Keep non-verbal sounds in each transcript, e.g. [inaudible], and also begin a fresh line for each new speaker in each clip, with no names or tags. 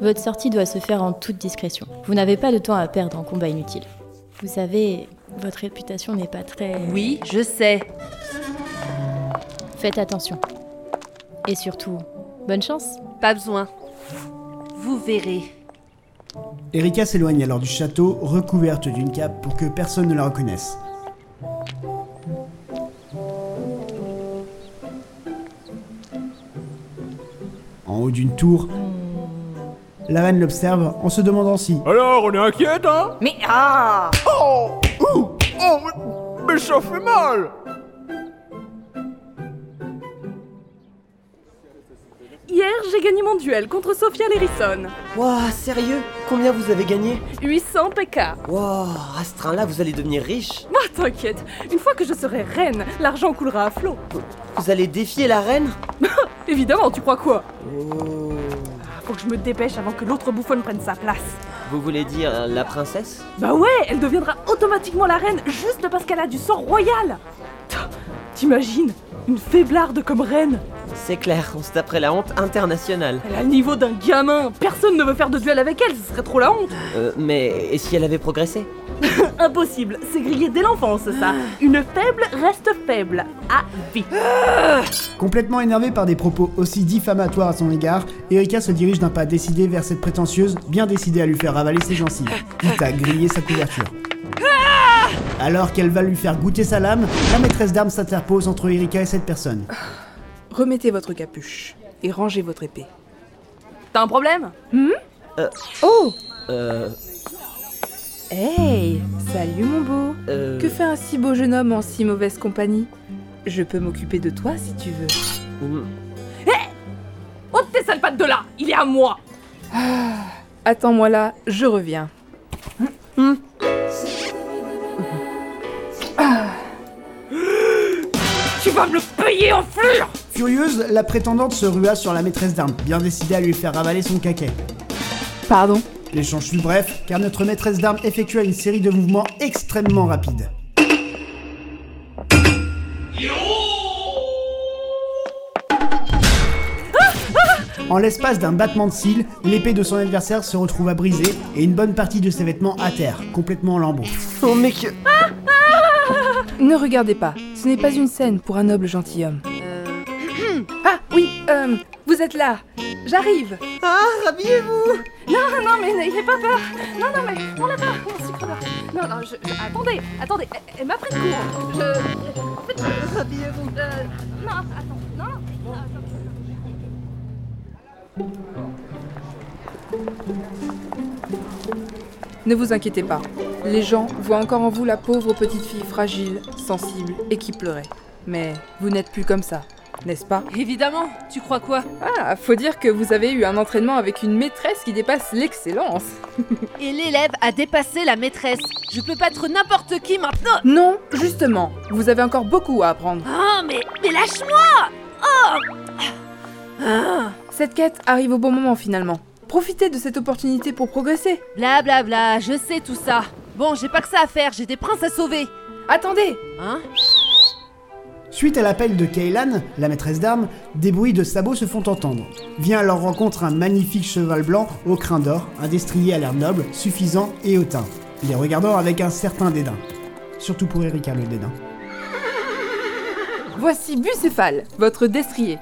Votre sortie doit se faire en toute discrétion. Vous n'avez pas de temps à perdre en combat inutile. Vous savez, votre réputation n'est pas très...
Oui, je sais.
Faites attention. Et surtout, bonne chance.
Pas besoin. Vous verrez.
Erika s'éloigne alors du château, recouverte d'une cape pour que personne ne la reconnaisse. En haut d'une tour, la reine l'observe en se demandant si,
Alors, on est inquiète, hein
Mais ah
Oh Ouh Oh Mais ça fait mal
Hier, j'ai gagné mon duel contre Sophia Lerison.
Wouah, sérieux Combien vous avez gagné
800 PK.
Wouah, à ce train-là, vous allez devenir riche.
Bah, Ah, t'inquiète, une fois que je serai reine, l'argent coulera à flot.
Vous allez défier la reine
Évidemment, tu crois quoi
Oh.
Ah, Faut que je me dépêche avant que l'autre bouffonne prenne sa place.
Vous voulez dire euh, la princesse
Bah ouais, elle deviendra automatiquement la reine juste parce qu'elle a du sang royal. Tain, T'imagines Une faiblarde comme reine.
C'est clair, on se taperait la honte internationale.
Elle a le niveau d'un gamin. Personne ne veut faire de duel avec elle, ce serait trop la honte.
Euh, mais et si elle avait progressé
Impossible, c'est grillé dès l'enfance ça. Une faible reste faible. À vie.
complètement énervée par des propos aussi diffamatoires à son égard, Erika se dirige d'un pas décidé vers cette prétentieuse, bien décidée à lui faire avaler ses gencives, quitte à griller sa couverture. Alors qu'elle va lui faire goûter sa lame, la maîtresse d'armes s'interpose entre Erika et cette personne.
Remettez votre capuche et rangez votre épée.
T'as un problème
Oh
Euh,
Hey Salut mon beau
euh,
Que fait un si beau jeune homme en si mauvaise compagnie Je peux m'occuper de toi si tu veux.
hmm,
Ôte tes sales pattes de là, il est à moi.
Ah, Attends-moi là, je reviens.
Tu vas me le payer en fleurs
Furieuse, la prétendante se rua sur la maîtresse d'armes, bien décidée à lui faire avaler son caquet.
Pardon
L'échange fut bref, car notre maîtresse d'armes effectua une série de mouvements extrêmement rapides. En l'espace d'un battement de cils, l'épée de son adversaire se retrouva brisée et une bonne partie de ses vêtements à terre, complètement en lambeaux.
Oh mais que...
Ne regardez pas, ce n'est pas une scène pour un noble gentilhomme. Ah oui, euh, vous êtes là J'arrive
Ah, rhabillez-vous
Non, non, mais n'ayez pas peur Non, non, mais on l'a pas On s'y croit pas. Non, non, je, je- Attendez, attendez, elle, elle m'a pris de court Je... faites- Euh, non, attends, non, non non, attends.
Ne vous inquiétez pas, les gens voient encore en vous la pauvre petite fille fragile, sensible et qui pleurait. Mais vous n'êtes plus comme ça, n'est-ce pas
Évidemment, tu crois quoi
Ah, faut dire que vous avez eu un entraînement avec une maîtresse qui dépasse l'excellence.
Et l'élève a dépassé la maîtresse. Je peux battre n'importe qui maintenant.
Non, justement, vous avez encore beaucoup à apprendre.
Oh, mais, mais lâche-moi Oh Ah.
Cette quête arrive au bon moment finalement. Profitez de cette opportunité pour progresser.
Bla bla bla, je sais tout ça. Bon, j'ai pas que ça à faire, j'ai des princes à sauver.
Attendez
Hein
Suite à l'appel de Kaylan, la maîtresse d'armes, des bruits de sabots se font entendre. Vient à leur rencontre un magnifique cheval blanc au crin d'or, un destrier à l'air noble, suffisant et hautain, les regardant avec un certain dédain. Surtout pour Erika le dédain.
Voici Bucéphale, votre destrier.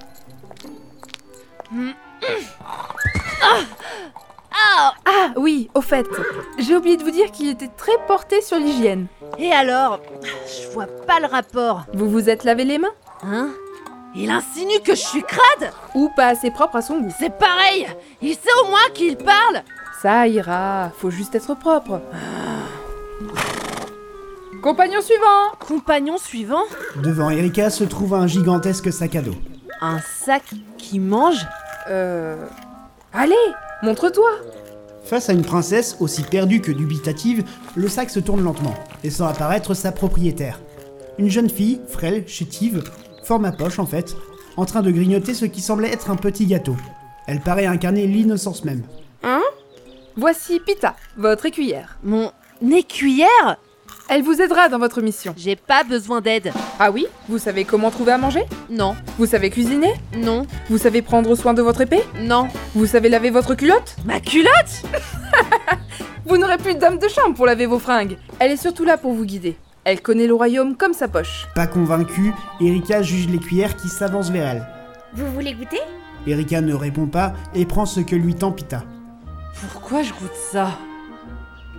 Ah oui, au fait, j'ai oublié de vous dire qu'il était très porté sur l'hygiène.
Et alors Je vois pas le rapport.
Vous vous êtes lavé les mains
Hein Il insinue que je suis crade
Ou pas assez propre à son goût
C'est pareil Il sait au moins qu'il parle
Ça ira, faut juste être propre. Compagnon suivant
Compagnon suivant
Devant Erika se trouve un gigantesque sac à dos.
Un sac qui mange
Euh... Allez, montre-toi
Face à une princesse aussi perdue que dubitative, le sac se tourne lentement, laissant apparaître sa propriétaire. Une jeune fille, frêle, chétive, forme à poche en fait, en train de grignoter ce qui semblait être un petit gâteau. Elle paraît incarner l'innocence même.
Voici Pita, votre écuyère.
Mon écuyère
Elle vous aidera dans votre mission.
J'ai pas besoin d'aide.
Ah oui Vous savez comment trouver à manger
Non,
Vous savez cuisiner
non,
Vous savez prendre soin de votre épée
non.
Vous savez laver votre culotte
Ma culotte
[laughs] Vous n'aurez plus de dame de chambre pour laver vos fringues. Elle est surtout là pour vous guider. Elle connaît le royaume comme sa poche.
Pas convaincue, Erika juge les cuillères qui s'avancent vers elle.
Vous voulez goûter
Erika ne répond pas et prend ce que lui tend Pita.
Pourquoi je goûte ça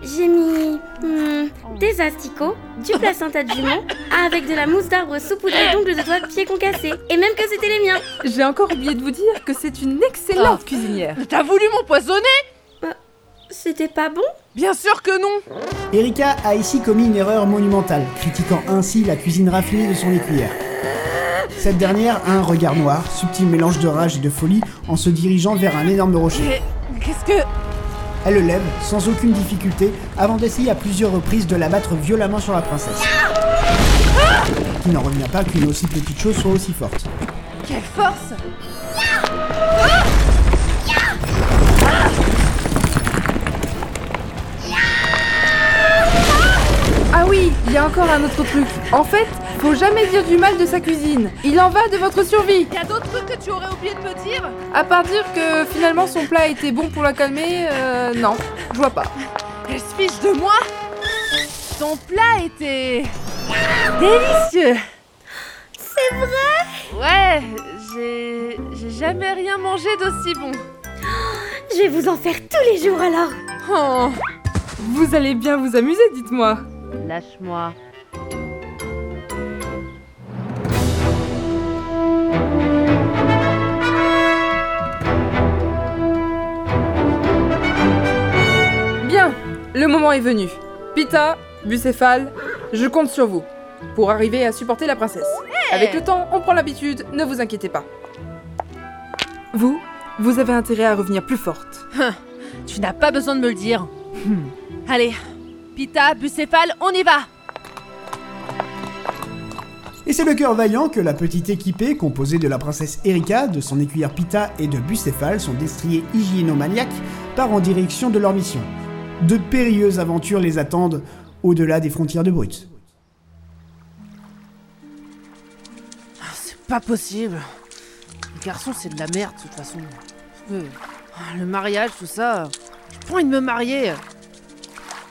J'ai mis hmm, des asticots, du placenta de jument, avec de la mousse d'arbre saupoudrée d'ongles de doigts de pied concassés, et même que c'était les miens.
J'ai encore oublié de vous dire que c'est une excellente
Oh.
cuisinière.
T'as voulu m'empoisonner
C'était pas bon
Bien sûr que non
Erika a ici commis une erreur monumentale, critiquant ainsi la cuisine raffinée de son écuyère. Cette dernière a un regard noir, subtil mélange de rage et de folie, en se dirigeant vers un énorme rocher.
Mais qu'est-ce que.
Elle le lève, sans aucune difficulté, avant d'essayer à plusieurs reprises de l'abattre violemment sur la princesse.
Ah
Qui n'en revient pas qu'une aussi petite chose soit aussi forte.
Quelle force
Ah oui, il y a encore un autre truc. En fait, faut jamais dire du mal de sa cuisine. Il en va de votre survie.
Y'a d'autres trucs que tu aurais oublié de me dire
À part dire que finalement son plat était bon pour la calmer, euh, non, je vois pas.
Elle se fiche de moi Ton plat était. délicieux C'est vrai Ouais, j'ai. j'ai jamais rien mangé d'aussi bon.
Je vais vous en faire tous les jours alors
Oh, vous allez bien vous amuser, dites-moi.
Lâche-moi.
Bien, le moment est venu. Pita, Bucéphale, je compte sur vous pour arriver à supporter la princesse. Avec le temps, on prend l'habitude, ne vous inquiétez pas. Vous, vous avez intérêt à revenir plus forte.
Tu n'as pas besoin de me le dire. Hmm. Allez, Pita, Bucéphale, on y va
Et c'est le cœur vaillant que la petite équipée, composée de la princesse Erika, de son écuyère Pita et de Bucéphale, son destrier hygiénomaniaque, part en direction de leur mission. De périlleuses aventures les attendent au-delà des frontières de Brut.
C'est pas possible. Les garçons, c'est de la merde, de toute façon. Euh, Le mariage, tout ça. J'ai pas envie de me marier.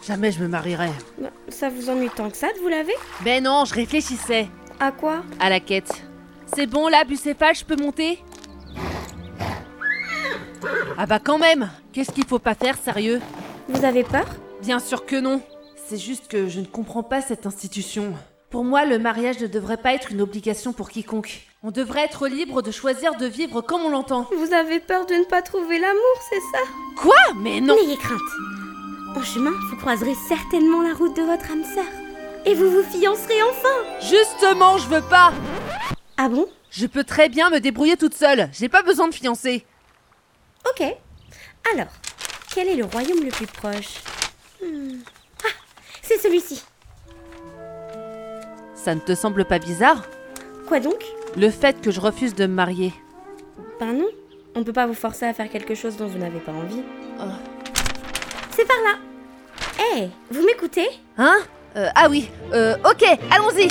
Jamais je me marierai.
Bah, Ça vous ennuie tant que ça de vous laver
Ben non, je réfléchissais
À quoi
à la quête. C'est bon là, Bucéphale, je peux monter Ah bah quand même Qu'est-ce qu'il faut pas faire, sérieux
Vous avez peur
Bien sûr que non. C'est juste que je ne comprends pas cette institution. Pour moi, le mariage ne devrait pas être une obligation pour quiconque. On devrait être libre de choisir de vivre comme on l'entend.
Vous avez peur de ne pas trouver l'amour, c'est ça
Quoi Ah, Mais non
N'ayez crainte En chemin, vous croiserez certainement la route de votre âme sœur. Et vous vous fiancerez enfin
Justement, je veux pas
Ah bon
Je peux très bien me débrouiller toute seule. J'ai pas besoin de fiancé.
Ok. Alors, quel est le royaume le plus proche Hmm. Ah, c'est celui-ci.
Ça ne te semble pas bizarre
Quoi donc
Le fait que je refuse de me marier.
Ben non, on peut pas vous forcer à faire quelque chose dont vous n'avez pas envie.
Oh.
C'est par là. Hé, vous m'écoutez
Hein Euh, Ah oui. Euh, ok, allons-y